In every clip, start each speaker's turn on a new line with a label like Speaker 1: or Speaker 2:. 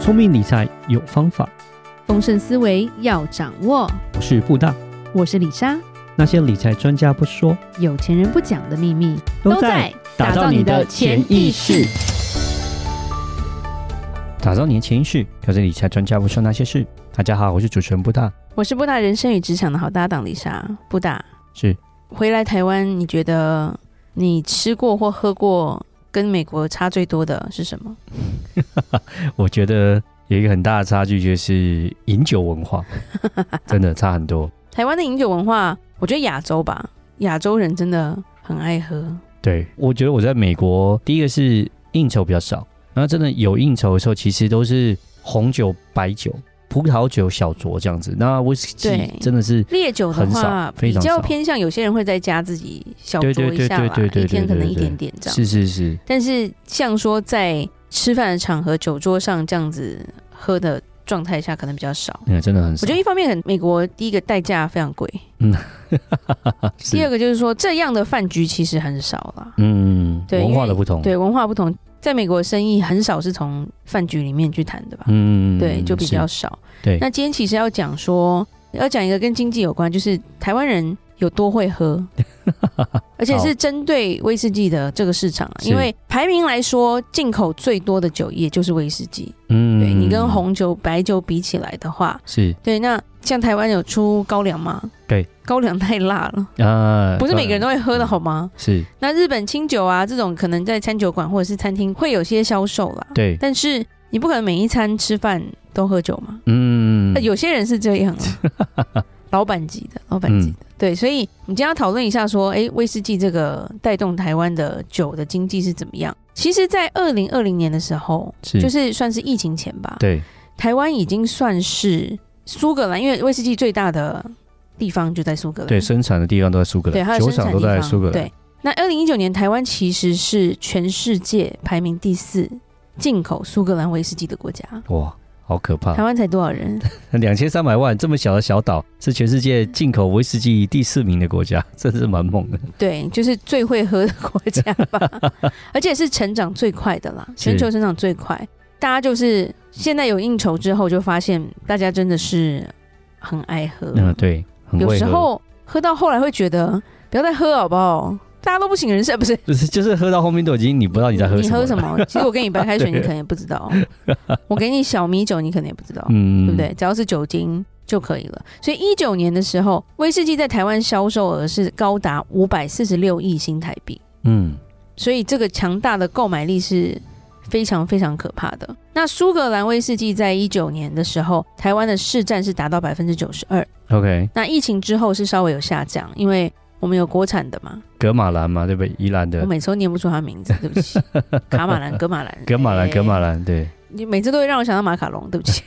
Speaker 1: 聪明理财有方法，
Speaker 2: 丰盛思维要掌握。
Speaker 1: 我是布大。
Speaker 2: 我是李莎，
Speaker 1: 那些理财专家不说，
Speaker 2: 有钱人不讲的秘密
Speaker 1: 打造你的潜意识。。打造你的潜意识，了解理财专家不说那些事。大家好，我是主持人布大。
Speaker 2: 我是布达人生与职场的好搭档李莎。布达
Speaker 1: 是
Speaker 2: 回来台湾，你觉得你吃过或喝过跟美国差最多的是什么？
Speaker 1: 我觉得有一个很大的差距，就是饮酒文化，真的差很多。
Speaker 2: 台湾的饮酒文化，我觉得亚洲吧，亚洲人真的很爱喝。
Speaker 1: 对，我觉得我在美国，第一个是应酬比较少，然后真的有应酬的时候，其实都是红酒、白酒、葡萄酒小酌这样子。那威士忌
Speaker 2: 对
Speaker 1: 真的是
Speaker 2: 烈酒的
Speaker 1: 很
Speaker 2: 话，
Speaker 1: 少非
Speaker 2: 比
Speaker 1: 常
Speaker 2: 较
Speaker 1: 少
Speaker 2: 偏向有些人会在家自己小
Speaker 1: 对对
Speaker 2: 酌一
Speaker 1: 对
Speaker 2: 下
Speaker 1: 对
Speaker 2: 啦，
Speaker 1: 对对
Speaker 2: 一天
Speaker 1: 对
Speaker 2: 可能
Speaker 1: 对
Speaker 2: 一
Speaker 1: 对
Speaker 2: 点点这样。
Speaker 1: 是是是，
Speaker 2: 但是像说在吃饭的场合、酒桌上这样子喝的状态下，可能比较少。
Speaker 1: 嗯，真的很少。
Speaker 2: 我觉得一方面很，美国第一个代价非常贵，
Speaker 1: 得
Speaker 2: 第二
Speaker 1: 是
Speaker 2: 个就是说这样的饭局其实很少啦。
Speaker 1: 嗯，
Speaker 2: 对
Speaker 1: 文
Speaker 2: 因
Speaker 1: 化
Speaker 2: 为
Speaker 1: 的不同，
Speaker 2: 对，文化不同，在美国生意很少是从饭局里面去谈的吧？
Speaker 1: 嗯，
Speaker 2: 对，就比较
Speaker 1: 是
Speaker 2: 少。
Speaker 1: 对嗯
Speaker 2: 那今天其实要讲说，要讲一个跟经济有关，就是台湾人有多会 喝，而且是针对威士忌的这个市场啊，
Speaker 1: 是
Speaker 2: 因为排名来说，进口最多的酒业就是威士忌。
Speaker 1: 嗯
Speaker 2: 对你跟红酒、白酒比起来的话，
Speaker 1: 是
Speaker 2: 对，那像台湾有出高粱吗？
Speaker 1: 对，
Speaker 2: 高粱太辣了，
Speaker 1: 啊，
Speaker 2: 不是每个人
Speaker 1: 都
Speaker 2: 都会喝的好吗？
Speaker 1: 是
Speaker 2: 那日本清酒啊，这种可能在餐酒馆或者是餐厅会有些销售啦，
Speaker 1: 对，
Speaker 2: 但是你不可能每一餐吃饭都喝酒嘛。
Speaker 1: 嗯
Speaker 2: 呃，有些人是这样啊， 老板级的，老板级
Speaker 1: 嗯
Speaker 2: 的。对，所以你今天要讨论一下，说，诶，威士忌这个带动台湾的酒的经济是怎么样？其实，在二零二零年的时候，
Speaker 1: 是
Speaker 2: 就是算是疫情前吧，
Speaker 1: 对
Speaker 2: 台湾已经算是苏格兰，因为威士忌最大的地方就在苏格兰，
Speaker 1: 对，生产的地方都在苏格
Speaker 2: 对，
Speaker 1: 兰，
Speaker 2: 它的
Speaker 1: 酒
Speaker 2: 生产
Speaker 1: 厂都
Speaker 2: 地
Speaker 1: 在
Speaker 2: 方
Speaker 1: 苏格兰
Speaker 2: 对，，那二零一九年台湾其实是全世界排名第四进口苏格兰威士忌的国家，
Speaker 1: 哇，好可怕
Speaker 2: 台！湾才多少人？
Speaker 1: 两千三百万这么小的小岛，是全世界进口威士忌第四名的国家， 真是蛮猛的。
Speaker 2: 对，就是最会喝的国家 吧，而且是成长最快的啦，
Speaker 1: 是
Speaker 2: 全球成长最快。大家就是现在有应酬之后，就发现大家真的是很爱喝，
Speaker 1: 嗯，对，很
Speaker 2: 有
Speaker 1: 会
Speaker 2: 时
Speaker 1: 喝，
Speaker 2: 候喝到后来会觉得不要再喝好不好？大家都不省人事，不是？
Speaker 1: 就是就是喝到后面都已经你不知道你在喝什
Speaker 2: 你
Speaker 1: 么，
Speaker 2: 喝什？么？其实我给你白 开水，
Speaker 1: 对
Speaker 2: 你可能也不知道；我给你小米酒，你可能也不知道，
Speaker 1: 嗯，
Speaker 2: 对不对？？只要是酒精就可以了。所以一九年的时候，威士忌在台湾销售额是高达五百四十六亿新台币。
Speaker 1: 嗯，
Speaker 2: 所以这个强大的购买力是非常非常可怕的。那苏格兰威士忌在一九年的时候，台湾的市占是达到百分之九十二。
Speaker 1: OK，
Speaker 2: 那疫情之后是稍微有下降，因为我们有国产的嘛，
Speaker 1: 格马兰嘛，对不对？宜兰
Speaker 2: 我
Speaker 1: 的
Speaker 2: 每次都念不出它名字，对 不起，卡马兰、格马兰、
Speaker 1: 格马兰，
Speaker 2: 哎
Speaker 1: 格马，兰，对，
Speaker 2: 你每次都会让我想到马卡龙，对 不起。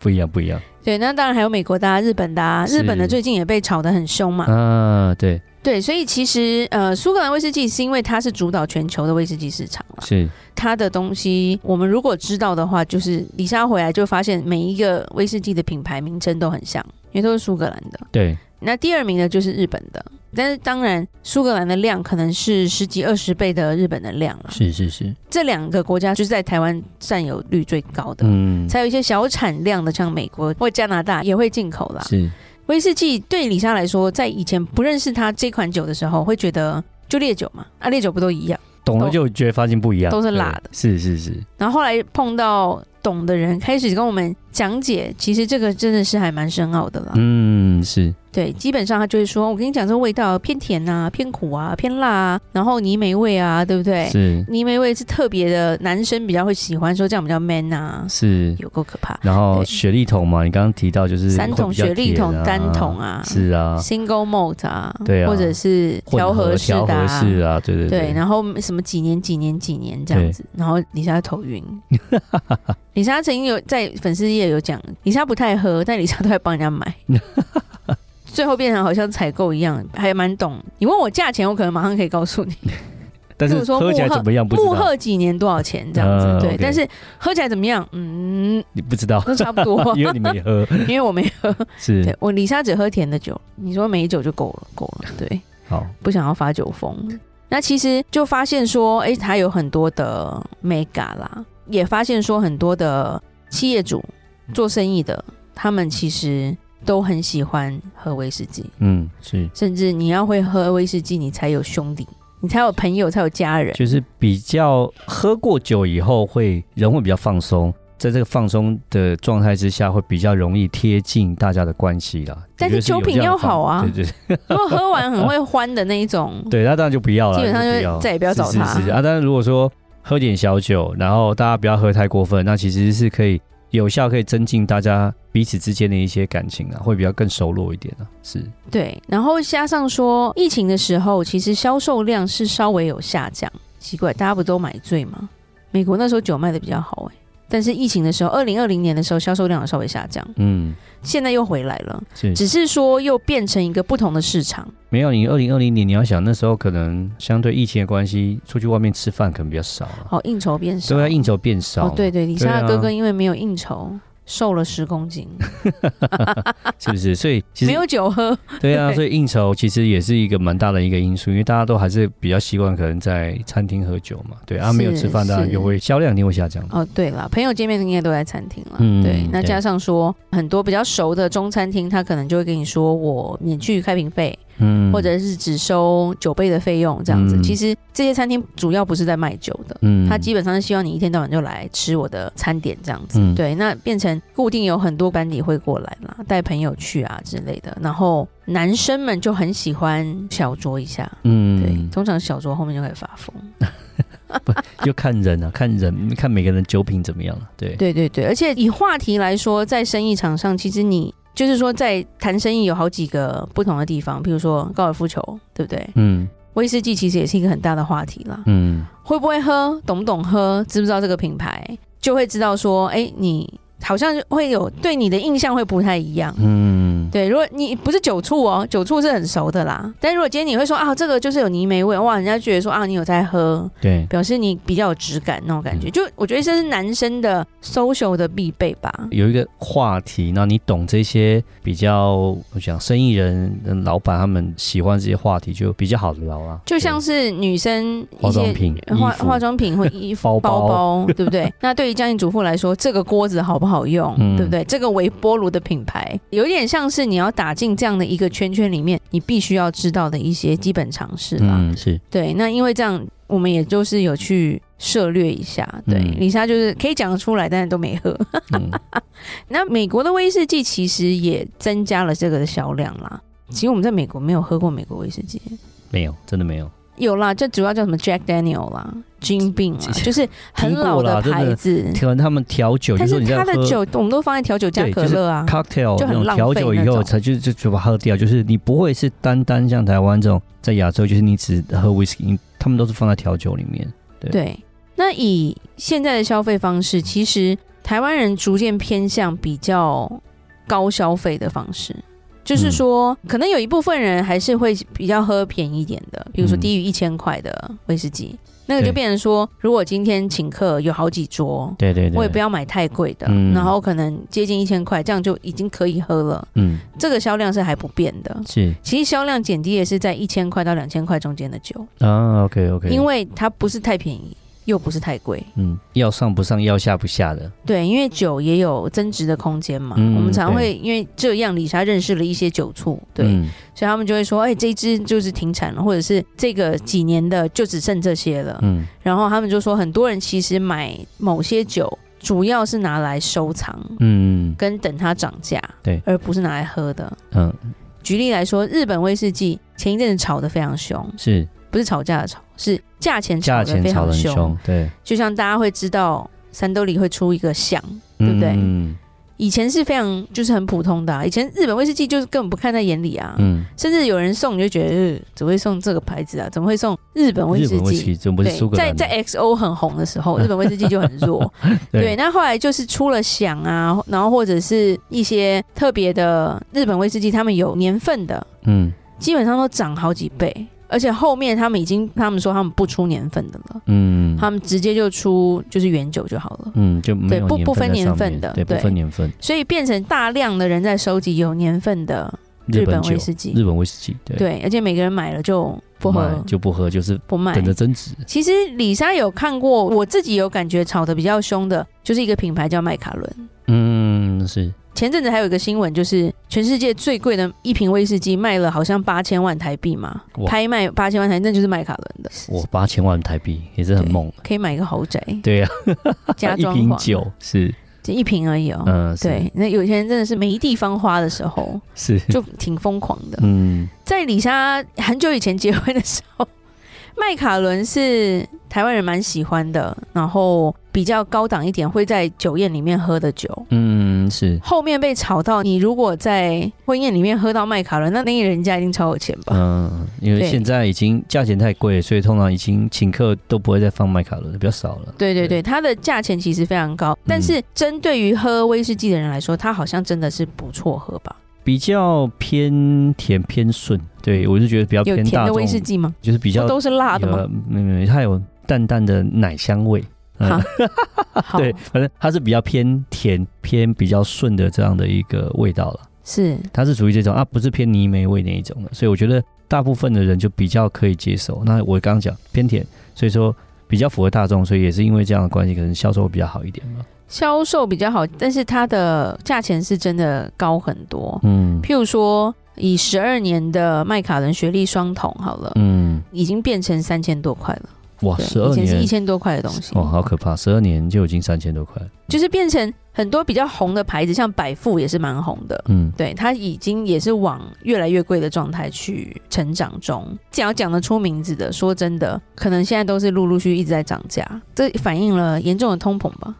Speaker 1: 不一样，不一样。
Speaker 2: 对，那当然还有美国的、啊、日本的、啊，
Speaker 1: 是
Speaker 2: 日本的最近也被炒得很凶嘛。
Speaker 1: 啊，对，
Speaker 2: 对，所以其实呃，苏格兰威士忌是因为它是主导全球的威士忌市场了。
Speaker 1: 是，
Speaker 2: 它的东西，我们如果知道的话，就是李莎回来就发现每一个威士忌的品牌名称都很像，因为都是苏格兰的。
Speaker 1: 对，
Speaker 2: 那第二名的就是日本的，但是当然苏格兰的量可能是十几二十倍的日本的量了。
Speaker 1: 是是是，
Speaker 2: 这两个国家就是在台湾占有率最高的，
Speaker 1: 嗯，
Speaker 2: 才有一些小产量的，像美国或加拿大也会进口啦。
Speaker 1: 是，
Speaker 2: 威士忌对李莎来说，在以前不认识它这款酒的时候，会觉得就烈酒嘛，啊烈酒不都一样？
Speaker 1: 懂了
Speaker 2: 都
Speaker 1: 就觉得发现不一样，
Speaker 2: 都是
Speaker 1: 对
Speaker 2: 辣的，
Speaker 1: 是是是，
Speaker 2: 然后后来碰到懂的人，开始跟我们讲解，其实这个真的是还蛮深奥的啦。
Speaker 1: 嗯，是，
Speaker 2: 对，基本上他就会说，我跟你讲，这味道偏甜啊，偏苦啊，偏辣啊，然后泥煤味啊，对不对？
Speaker 1: 是
Speaker 2: 泥煤味是特别的，男生比较会喜欢，说这样比较 man 啊，
Speaker 1: 是。
Speaker 2: 有够可怕。
Speaker 1: 然后
Speaker 2: 对
Speaker 1: 雪莉桶嘛，你刚刚提到就是
Speaker 2: 三
Speaker 1: 会
Speaker 2: 桶
Speaker 1: 比较
Speaker 2: 雪莉
Speaker 1: 甜
Speaker 2: 桶、
Speaker 1: 啊
Speaker 2: 单桶啊，
Speaker 1: 是啊，
Speaker 2: single malt 啊，
Speaker 1: 对啊
Speaker 2: 或者是
Speaker 1: 混
Speaker 2: 调和式
Speaker 1: 调
Speaker 2: 的、
Speaker 1: 和
Speaker 2: 啊。
Speaker 1: 式啊，对对
Speaker 2: 对，，然后什么几年几年几年这样子，然后李莎头晕。 李莎曾经有在粉丝页有讲，李莎不太喝，但李莎都在帮人 家买，最后变成好像采购一样，还蛮懂。你问我价钱，我可能马上可以告诉你，
Speaker 1: 但
Speaker 2: 譬
Speaker 1: 是
Speaker 2: 如说
Speaker 1: 喝起来
Speaker 2: 木赫
Speaker 1: 怎么样 不知
Speaker 2: 木
Speaker 1: 道，
Speaker 2: 鹤几年多少钱这样子。
Speaker 1: 啊
Speaker 2: 对，
Speaker 1: OK
Speaker 2: 但是喝起来怎么样？嗯，
Speaker 1: 你不知道，
Speaker 2: 都差不 多，
Speaker 1: 因为你没喝，
Speaker 2: 因为我没喝。
Speaker 1: 是
Speaker 2: 对我李莎只喝甜的酒，你说美酒就够了，够了。对。
Speaker 1: 好，
Speaker 2: 不想要发酒疯。那其实就发现说，诶，它有很多的 mega 啦，也发现说很多的企业主做生意的，他们其实都很喜欢喝威士忌，
Speaker 1: 嗯，是，
Speaker 2: 甚至你要会喝威士忌，你才有兄弟，你才有朋友，才有家人。
Speaker 1: 就是比较喝过酒以后会人会比较放松，在这个放松的状态之下，会比较容易贴近大家的关系啦。
Speaker 2: 但是
Speaker 1: 我觉得有
Speaker 2: 酒品
Speaker 1: 这样的
Speaker 2: 要好啊
Speaker 1: 方对对，
Speaker 2: 如果喝完很会欢的那一种
Speaker 1: 对，那当然就不要了，
Speaker 2: 基本上就再也不要找他
Speaker 1: 是是是啊。当然，如果说喝点小酒，然后大家不要喝太过分，那其实是可以有效可以增进大家彼此之间的一些感情啊，会比较更熟络一点啊。是，
Speaker 2: 对，然后加上说疫情的时候，其实销售量是稍微有下降。奇怪，大家不都买醉吗？美国那时候酒卖的比较好哎、但是疫情的时候，二零二零年的时候销售量有稍微下降，
Speaker 1: 嗯，
Speaker 2: 现在又回来了，
Speaker 1: 是。
Speaker 2: 只是说又变成一个不同的市场。
Speaker 1: 没有你二零二零年，你要想那时候可能相对疫情的关系，出去外面吃饭可能比较少了，
Speaker 2: 哦，应酬变少，
Speaker 1: 对啊，应酬变少，
Speaker 2: 哦，对，对，李莎
Speaker 1: 对啊
Speaker 2: 的哥哥因为没有应酬，瘦了十公斤，
Speaker 1: 是不是？所 以 其
Speaker 2: 没
Speaker 1: 实
Speaker 2: 有酒喝，
Speaker 1: 对啊，
Speaker 2: 对
Speaker 1: 所以应酬其实也是一个蛮大的一个因素，因为大家都还是比较习惯可能在餐厅喝酒嘛，对啊，
Speaker 2: 是
Speaker 1: 没有吃饭，当然
Speaker 2: 是
Speaker 1: 就会销量一定会下降。
Speaker 2: 哦，对了，朋友见面应该都在餐厅了，
Speaker 1: 嗯
Speaker 2: 对。那
Speaker 1: 对
Speaker 2: 加上说很多比较熟的中餐厅，他可能就会跟你说我免去开瓶费，
Speaker 1: 嗯
Speaker 2: 或者是只收酒杯的费用这样子。
Speaker 1: 嗯
Speaker 2: 其实这些餐厅主要不是在卖酒的。
Speaker 1: 嗯
Speaker 2: 他基本上是希望你一天到晚就来吃我的餐点这样子，
Speaker 1: 嗯
Speaker 2: 对，那变成固定有很多班底会过来啦，带朋友去啊之类的。然后男生们就很喜欢小酌一下，对，
Speaker 1: 嗯，
Speaker 2: 通常小酌后面就开始发疯。
Speaker 1: 就看人啊，看人，看每个人酒品怎么样了。对，
Speaker 2: 对对对，而且以话题来说，在生意场上，其实你就是说在谈生意有好几个不同的地方，比如说高尔夫球，对不对？
Speaker 1: 嗯
Speaker 2: 威士忌其实也是一个很大的话题啦，
Speaker 1: 嗯
Speaker 2: 会不会喝，懂不懂喝，知不知道这个品牌，就会知道说，哎，你好像会有对你的印象会不太一样。
Speaker 1: 嗯，
Speaker 2: 对，如果你不是酒醋哦，酒醋是很熟的啦。但如果今天你会说啊，这个就是有泥煤味，哇，人家觉得说啊，你有在喝，
Speaker 1: 对，
Speaker 2: 表示你比较有质感那种感
Speaker 1: 嗯
Speaker 2: 觉。就我觉得这是男生的 social 的必备吧。
Speaker 1: 有一个话题，那你懂这些比较，我想生意人、嗯老板他们喜欢这些话题，就比较好聊啊。
Speaker 2: 就像是女生
Speaker 1: 对化
Speaker 2: 一
Speaker 1: 妆
Speaker 2: 些
Speaker 1: 品、
Speaker 2: 化
Speaker 1: 衣服
Speaker 2: 化妆品或衣
Speaker 1: 包
Speaker 2: 服、
Speaker 1: 包
Speaker 2: 包包，对 不对？那对于家庭主妇来说，这个锅子好不好用，
Speaker 1: 嗯
Speaker 2: 对不对？这个微波炉的品牌，有点像是你要打进这样的一个圈圈里面，你必须要知道的一些基本常识啦。
Speaker 1: 嗯是，
Speaker 2: 对，那因为这样，我们也就是有去涉略一下。对，
Speaker 1: 嗯
Speaker 2: 李莎就是可以讲得出来，但是都没喝。
Speaker 1: 嗯
Speaker 2: 那美国的威士忌其实也增加了这个的销量啦。其实我们在美国没有喝过美国威士忌，
Speaker 1: 没有，真的没有。
Speaker 2: 有啦，这主要叫什么 Jack Daniel 啦、Jim Beam 啦，就是很
Speaker 1: 听过啦
Speaker 2: 老的牌子。
Speaker 1: 可能他们调酒，就
Speaker 2: 但
Speaker 1: 说
Speaker 2: 是
Speaker 1: 你在
Speaker 2: 它的
Speaker 1: 喝
Speaker 2: 酒我们都放在调酒加
Speaker 1: 对
Speaker 2: 可
Speaker 1: 就是
Speaker 2: 乐啊，
Speaker 1: cocktail 那
Speaker 2: 就很
Speaker 1: 种
Speaker 2: 浪
Speaker 1: 调
Speaker 2: 费
Speaker 1: 酒
Speaker 2: 那
Speaker 1: 以后
Speaker 2: 种
Speaker 1: 才就就就把它喝掉，就是你不会是单单像台湾这种在亚洲，就是你只喝 whisky，他们都是放在调酒里面。
Speaker 2: 对，那以现在的消费方式，其实台湾人逐渐偏向比较高消费的方式，
Speaker 1: 嗯
Speaker 2: 就是说，可能有一部分人还是会比较喝便宜一点的，比如说
Speaker 1: 嗯
Speaker 2: 低于一千块的威士忌，那个
Speaker 1: 对
Speaker 2: 就变成说，如果今天请客有好几桌。
Speaker 1: 对对对，
Speaker 2: 我也不要买太贵的，
Speaker 1: 嗯
Speaker 2: 然后可能接近一千块，这样就已经可以喝了。
Speaker 1: 嗯
Speaker 2: 这个销量是还不变的。
Speaker 1: 是
Speaker 2: 其实销量减低也是在一千块到两千块中间的酒，
Speaker 1: 啊，OK OK，
Speaker 2: 因为它不是太便宜，又不是太贵。
Speaker 1: 嗯，要上不上，要下不下的，
Speaker 2: 对，因为酒也有增值的空间嘛。
Speaker 1: 嗯
Speaker 2: 我们常
Speaker 1: 对
Speaker 2: 会因为这样，李莎认识了一些酒醋，对，
Speaker 1: 嗯
Speaker 2: 所以他们就会说，哎、这一支就是停产了，或者是这个几年的就只剩这些了。
Speaker 1: 嗯
Speaker 2: 然后他们就说，很多人其实买某些酒，主要是拿来收藏，
Speaker 1: 嗯
Speaker 2: 跟等它涨价，
Speaker 1: 对
Speaker 2: 而不是拿来喝的。
Speaker 1: 嗯，
Speaker 2: 举例来说，日本威士忌前一阵子炒得非常凶，
Speaker 1: 是
Speaker 2: 不是吵架的吵，是价钱
Speaker 1: 价
Speaker 2: 炒得
Speaker 1: 钱
Speaker 2: 非
Speaker 1: 炒
Speaker 2: 常
Speaker 1: 得很凶，对，
Speaker 2: 就像大家会知道，三兜里会出一个响，对不对
Speaker 1: 嗯
Speaker 2: 以前是非常就是很普通的、啊，以前日本威士忌就是根本不看在眼里啊，
Speaker 1: 嗯，
Speaker 2: 甚至有人送你就觉得、呃只会送这个牌子啊，怎么会送日本威
Speaker 1: 嗯日
Speaker 2: 士
Speaker 1: 本威士
Speaker 2: 忌？
Speaker 1: 忌这不是苏格
Speaker 2: 在
Speaker 1: 兰的，
Speaker 2: 在 XO 很红的时候，日本威士忌就很弱。对，那后来就是出了响啊，然后或者是一些特别的日本威士忌，他们有年份的，
Speaker 1: 嗯
Speaker 2: 基本上都涨好几倍，而且后面他们已经他们说他们不出年份的了，
Speaker 1: 嗯
Speaker 2: 他们直接就出就是原酒就好了。
Speaker 1: 嗯就没
Speaker 2: 对
Speaker 1: 有
Speaker 2: 不不分
Speaker 1: 在
Speaker 2: 年
Speaker 1: 上
Speaker 2: 份
Speaker 1: 面
Speaker 2: 的
Speaker 1: 对不
Speaker 2: 对
Speaker 1: 分年份，
Speaker 2: 所以变成大量的人在收集有年份的
Speaker 1: 日本
Speaker 2: 本
Speaker 1: 酒
Speaker 2: 威、士忌，
Speaker 1: 日本威士忌，对，
Speaker 2: 对，而且每个人买了就不
Speaker 1: 买
Speaker 2: 喝
Speaker 1: 就不喝，就是
Speaker 2: 不卖
Speaker 1: 等。着增值。
Speaker 2: 其实李莎有看过，我自己有感觉炒的比较凶的，就是一个品牌叫麦卡伦。
Speaker 1: 嗯，是
Speaker 2: 前阵子还有一个新闻，就是全世界最贵的一瓶威士忌卖了好像八千万台币嘛，
Speaker 1: 哇
Speaker 2: 拍卖八千万台，那就是麦卡伦的，
Speaker 1: 我八千万台币也是很猛，
Speaker 2: 可以买一个豪宅
Speaker 1: 对呀、
Speaker 2: 加
Speaker 1: 一
Speaker 2: 装
Speaker 1: 瓶
Speaker 2: 潢，
Speaker 1: 酒是，
Speaker 2: 就一瓶而已哦。
Speaker 1: 嗯、是
Speaker 2: 对，那有些人真的是没地方花的时候，
Speaker 1: 是，
Speaker 2: 就挺疯狂的。
Speaker 1: 嗯，
Speaker 2: 在李莎很久以前结婚的时候， 麦卡伦是台湾人蛮喜欢的，然后比较高档一点，会在酒宴里面喝的酒。
Speaker 1: 嗯，是，
Speaker 2: 后面被炒到，你如果在婚宴里面喝到麦卡伦，那那个人家一定超有钱吧？
Speaker 1: 嗯，因为
Speaker 2: 对
Speaker 1: 现在已经价钱太贵，所以通常已经请客都不会再放麦卡伦了，比较少了。
Speaker 2: 对对对，它的价钱其实非常
Speaker 1: 嗯
Speaker 2: 高，但是针对于喝威士忌的人来说，它好像真的是不错喝吧？
Speaker 1: 比较偏甜偏顺，对我就觉得比较
Speaker 2: 有
Speaker 1: 偏
Speaker 2: 甜
Speaker 1: 大
Speaker 2: 的
Speaker 1: 众
Speaker 2: 威，士忌吗？
Speaker 1: 就是比
Speaker 2: 不
Speaker 1: 较
Speaker 2: 都是辣的吗？
Speaker 1: 有没有没有，它有淡淡的奶香味。呃
Speaker 2: 好 好，
Speaker 1: 对，反正它是比较偏甜偏比较顺的这样的一个味道了。
Speaker 2: 是
Speaker 1: 它是属于这种啊，不是偏泥煤味那一种的，所以我觉得大部分的人就比较可以接受。那我刚刚讲偏甜，所以说比较符合大众，所以也是因为这样的关系，可能销售会比较好一点吧。
Speaker 2: 销售比较好，但是它的价钱是真的高很多。
Speaker 1: 嗯
Speaker 2: 譬如说，以十二年的麦卡伦学历双桶好了，
Speaker 1: 嗯，
Speaker 2: 已经变成三千多块了。
Speaker 1: 哇，
Speaker 2: 对
Speaker 1: 十，二
Speaker 2: 以前是
Speaker 1: 年
Speaker 2: 一千多块的东西，
Speaker 1: 哦，好可怕，十二年就已经三千多块了。
Speaker 2: 就是变成很多比较红的牌子，像百富也是蛮红的。
Speaker 1: 嗯
Speaker 2: 对，它已经也是往越来越贵的状态去成长中。只要讲得出名字的，说真的，可能现在都是陆陆续续一直在涨价，这反映了严重的通膨吧？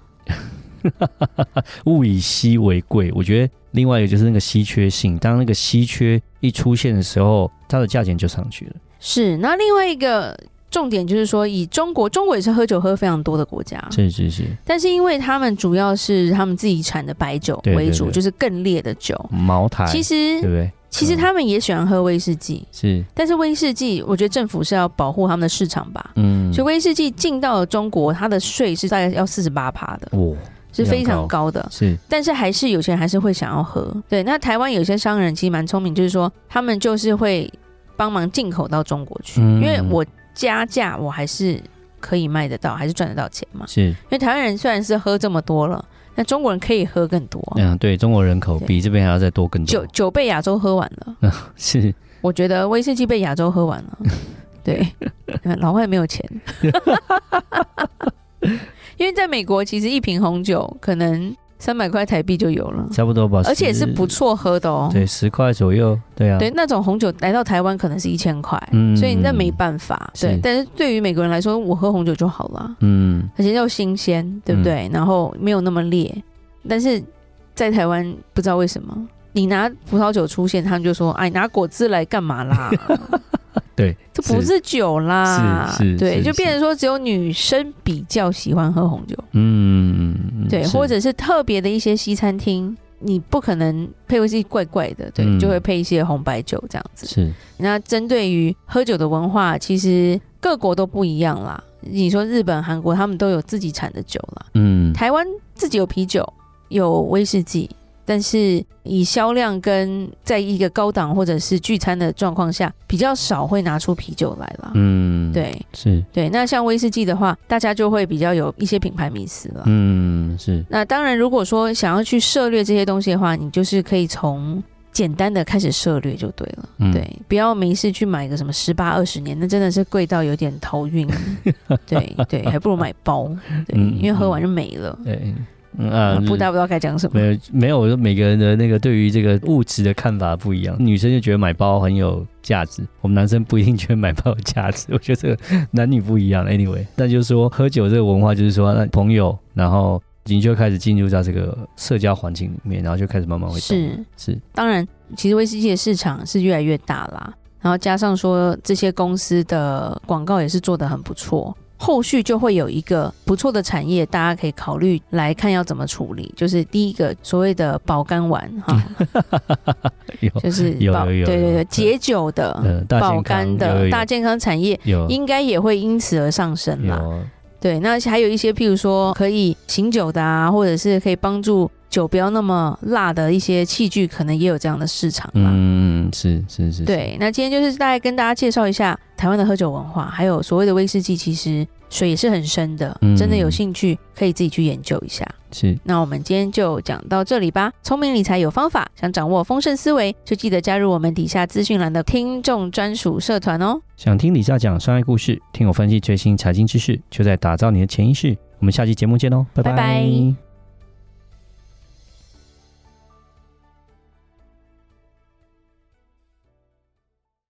Speaker 1: 物以稀为贵，我觉得另外一个就是那个稀缺性，当那个稀缺一出现的时候，它的价钱就上去了。
Speaker 2: 是。那另外一个重点就是说，以中国，中国也是喝酒喝非常多的国家，
Speaker 1: 是是是，
Speaker 2: 但是因为他们主要是他们自己产的白酒
Speaker 1: 对
Speaker 2: 为主，
Speaker 1: 对对
Speaker 2: 就是更烈的酒。
Speaker 1: 茅台，
Speaker 2: 其
Speaker 1: 对不
Speaker 2: 实，
Speaker 1: 对？
Speaker 2: 其实他们也喜欢喝威士忌，
Speaker 1: 是，
Speaker 2: 但是威士忌，我觉得政府是要保护他们的市场吧。
Speaker 1: 嗯，
Speaker 2: 所以威士忌进到了中国，它的税是大概要四十八趴的，
Speaker 1: 哦，
Speaker 2: 是非常
Speaker 1: 非常
Speaker 2: 高的。
Speaker 1: 是，
Speaker 2: 但是还是有些人还是会想要喝。对，那台湾有些商人其实蛮聪明，就是说他们就是会帮忙进口到中国去，
Speaker 1: 嗯
Speaker 2: 因为我加价我还是可以卖得到，还是赚得到钱嘛。
Speaker 1: 是，
Speaker 2: 因为台湾人虽然是喝这么多了，那中国人可以喝更多，
Speaker 1: 嗯，对中国人口比这边还要再多更
Speaker 2: 酒
Speaker 1: 多，
Speaker 2: 酒被亚洲喝完了，
Speaker 1: 是
Speaker 2: 我觉得威士忌被亚洲喝完 了，对，老外没有钱，因为在美国其实一瓶红酒可能三百块台币就有了，
Speaker 1: 差不多吧，
Speaker 2: 而且
Speaker 1: 10
Speaker 2: 是不，错喝的哦。
Speaker 1: 对，十块左右，对啊，
Speaker 2: 对，那种红酒来到台湾可能是一千块，
Speaker 1: 嗯
Speaker 2: 所以那没办法。
Speaker 1: 是
Speaker 2: 对，但是对于美国人来说，我喝红酒就好了。
Speaker 1: 嗯，
Speaker 2: 而且又新鲜，对不对？然后没有那么烈，但是在台湾不知道为什么，你拿葡萄酒出现，他们就说：“哎，拿果汁来干嘛啦？”
Speaker 1: 对，
Speaker 2: 这不是酒啦，
Speaker 1: 是是
Speaker 2: 对，
Speaker 1: 是
Speaker 2: 就变成说只有女生比较喜欢喝红酒，
Speaker 1: 嗯，嗯
Speaker 2: 对，
Speaker 1: 是
Speaker 2: 或者是特别的一些西餐厅。你不可能配威士忌怪怪的，对，
Speaker 1: 嗯
Speaker 2: 就会配一些红白酒这样子。
Speaker 1: 是，
Speaker 2: 那针对于喝酒的文化，其实各国都不一样啦。你说日本、韩国，他们都有自己产的酒啦。
Speaker 1: 嗯，
Speaker 2: 台湾自己有啤酒，有威士忌，但是以销量跟在一个高档或者是聚餐的状况下，比较少会拿出啤酒来啦。
Speaker 1: 嗯，，
Speaker 2: 对
Speaker 1: 是，
Speaker 2: 对，那像威士忌的话，大家就会比较有一些品牌迷思了。
Speaker 1: 嗯，是，
Speaker 2: 那当然，如果说想要去涉略这些东西的话，你就是可以从简单的开始涉略就对了。
Speaker 1: 嗯，
Speaker 2: 对，不要没事去买个什么十八二十年，那真的是贵到有点 头晕。对对，还不如买包，对，
Speaker 1: 嗯
Speaker 2: 因为喝完就没了。
Speaker 1: 对，嗯啊，
Speaker 2: 不大不知道该讲什么
Speaker 1: 没。有没有，每个人的那个对于这个物质的看法不一样。女生就觉得买包很有价值，我们男生不一定觉得买包有价值。 我觉得这个男女不一样。Anyway，那就是说喝酒这个文化，就是说那朋友，然后你就开始进入到这个社交环境里面，然后就开始慢慢会懂了。
Speaker 2: 是，
Speaker 1: 是，
Speaker 2: 当然，其实威士忌的市场是越来越大啦，然后加上说这些公司的广告也是做得很不错，后续就会有一个不错的产业，大家可以考虑来看要怎么处理。就是第一个所谓的保肝丸哈，
Speaker 1: 有
Speaker 2: 就是
Speaker 1: 哦有
Speaker 2: 保
Speaker 1: 有有
Speaker 2: 对对
Speaker 1: 有
Speaker 2: 对解酒的、
Speaker 1: 呃大
Speaker 2: 保
Speaker 1: 健
Speaker 2: 肝
Speaker 1: 康
Speaker 2: 的
Speaker 1: 有
Speaker 2: 大健康产业，
Speaker 1: 有
Speaker 2: 应该也会因此而上升啦。
Speaker 1: 有
Speaker 2: 对，那还有一些，譬如说可以醒酒的啊，或者是可以帮助酒不要那么辣的一些器具，可能也有这样的市场啦。
Speaker 1: 嗯，是是是，
Speaker 2: 对，那今天就是大概跟大家介绍一下台湾的喝酒文化，还有所谓的威士忌，其实水也是很深的，
Speaker 1: 嗯
Speaker 2: 真的有兴趣可以自己去研究一下。
Speaker 1: 是，
Speaker 2: 那我们今天就讲到这里吧。聪明理财有方法，想掌握丰盛思维，就记得加入我们底下资讯栏的听众专属社团哦。
Speaker 1: 想听李莎讲商业故事，听我分析最新财经知识，就在打造你的潜意识。我们下期节目见喽，拜
Speaker 2: 拜拜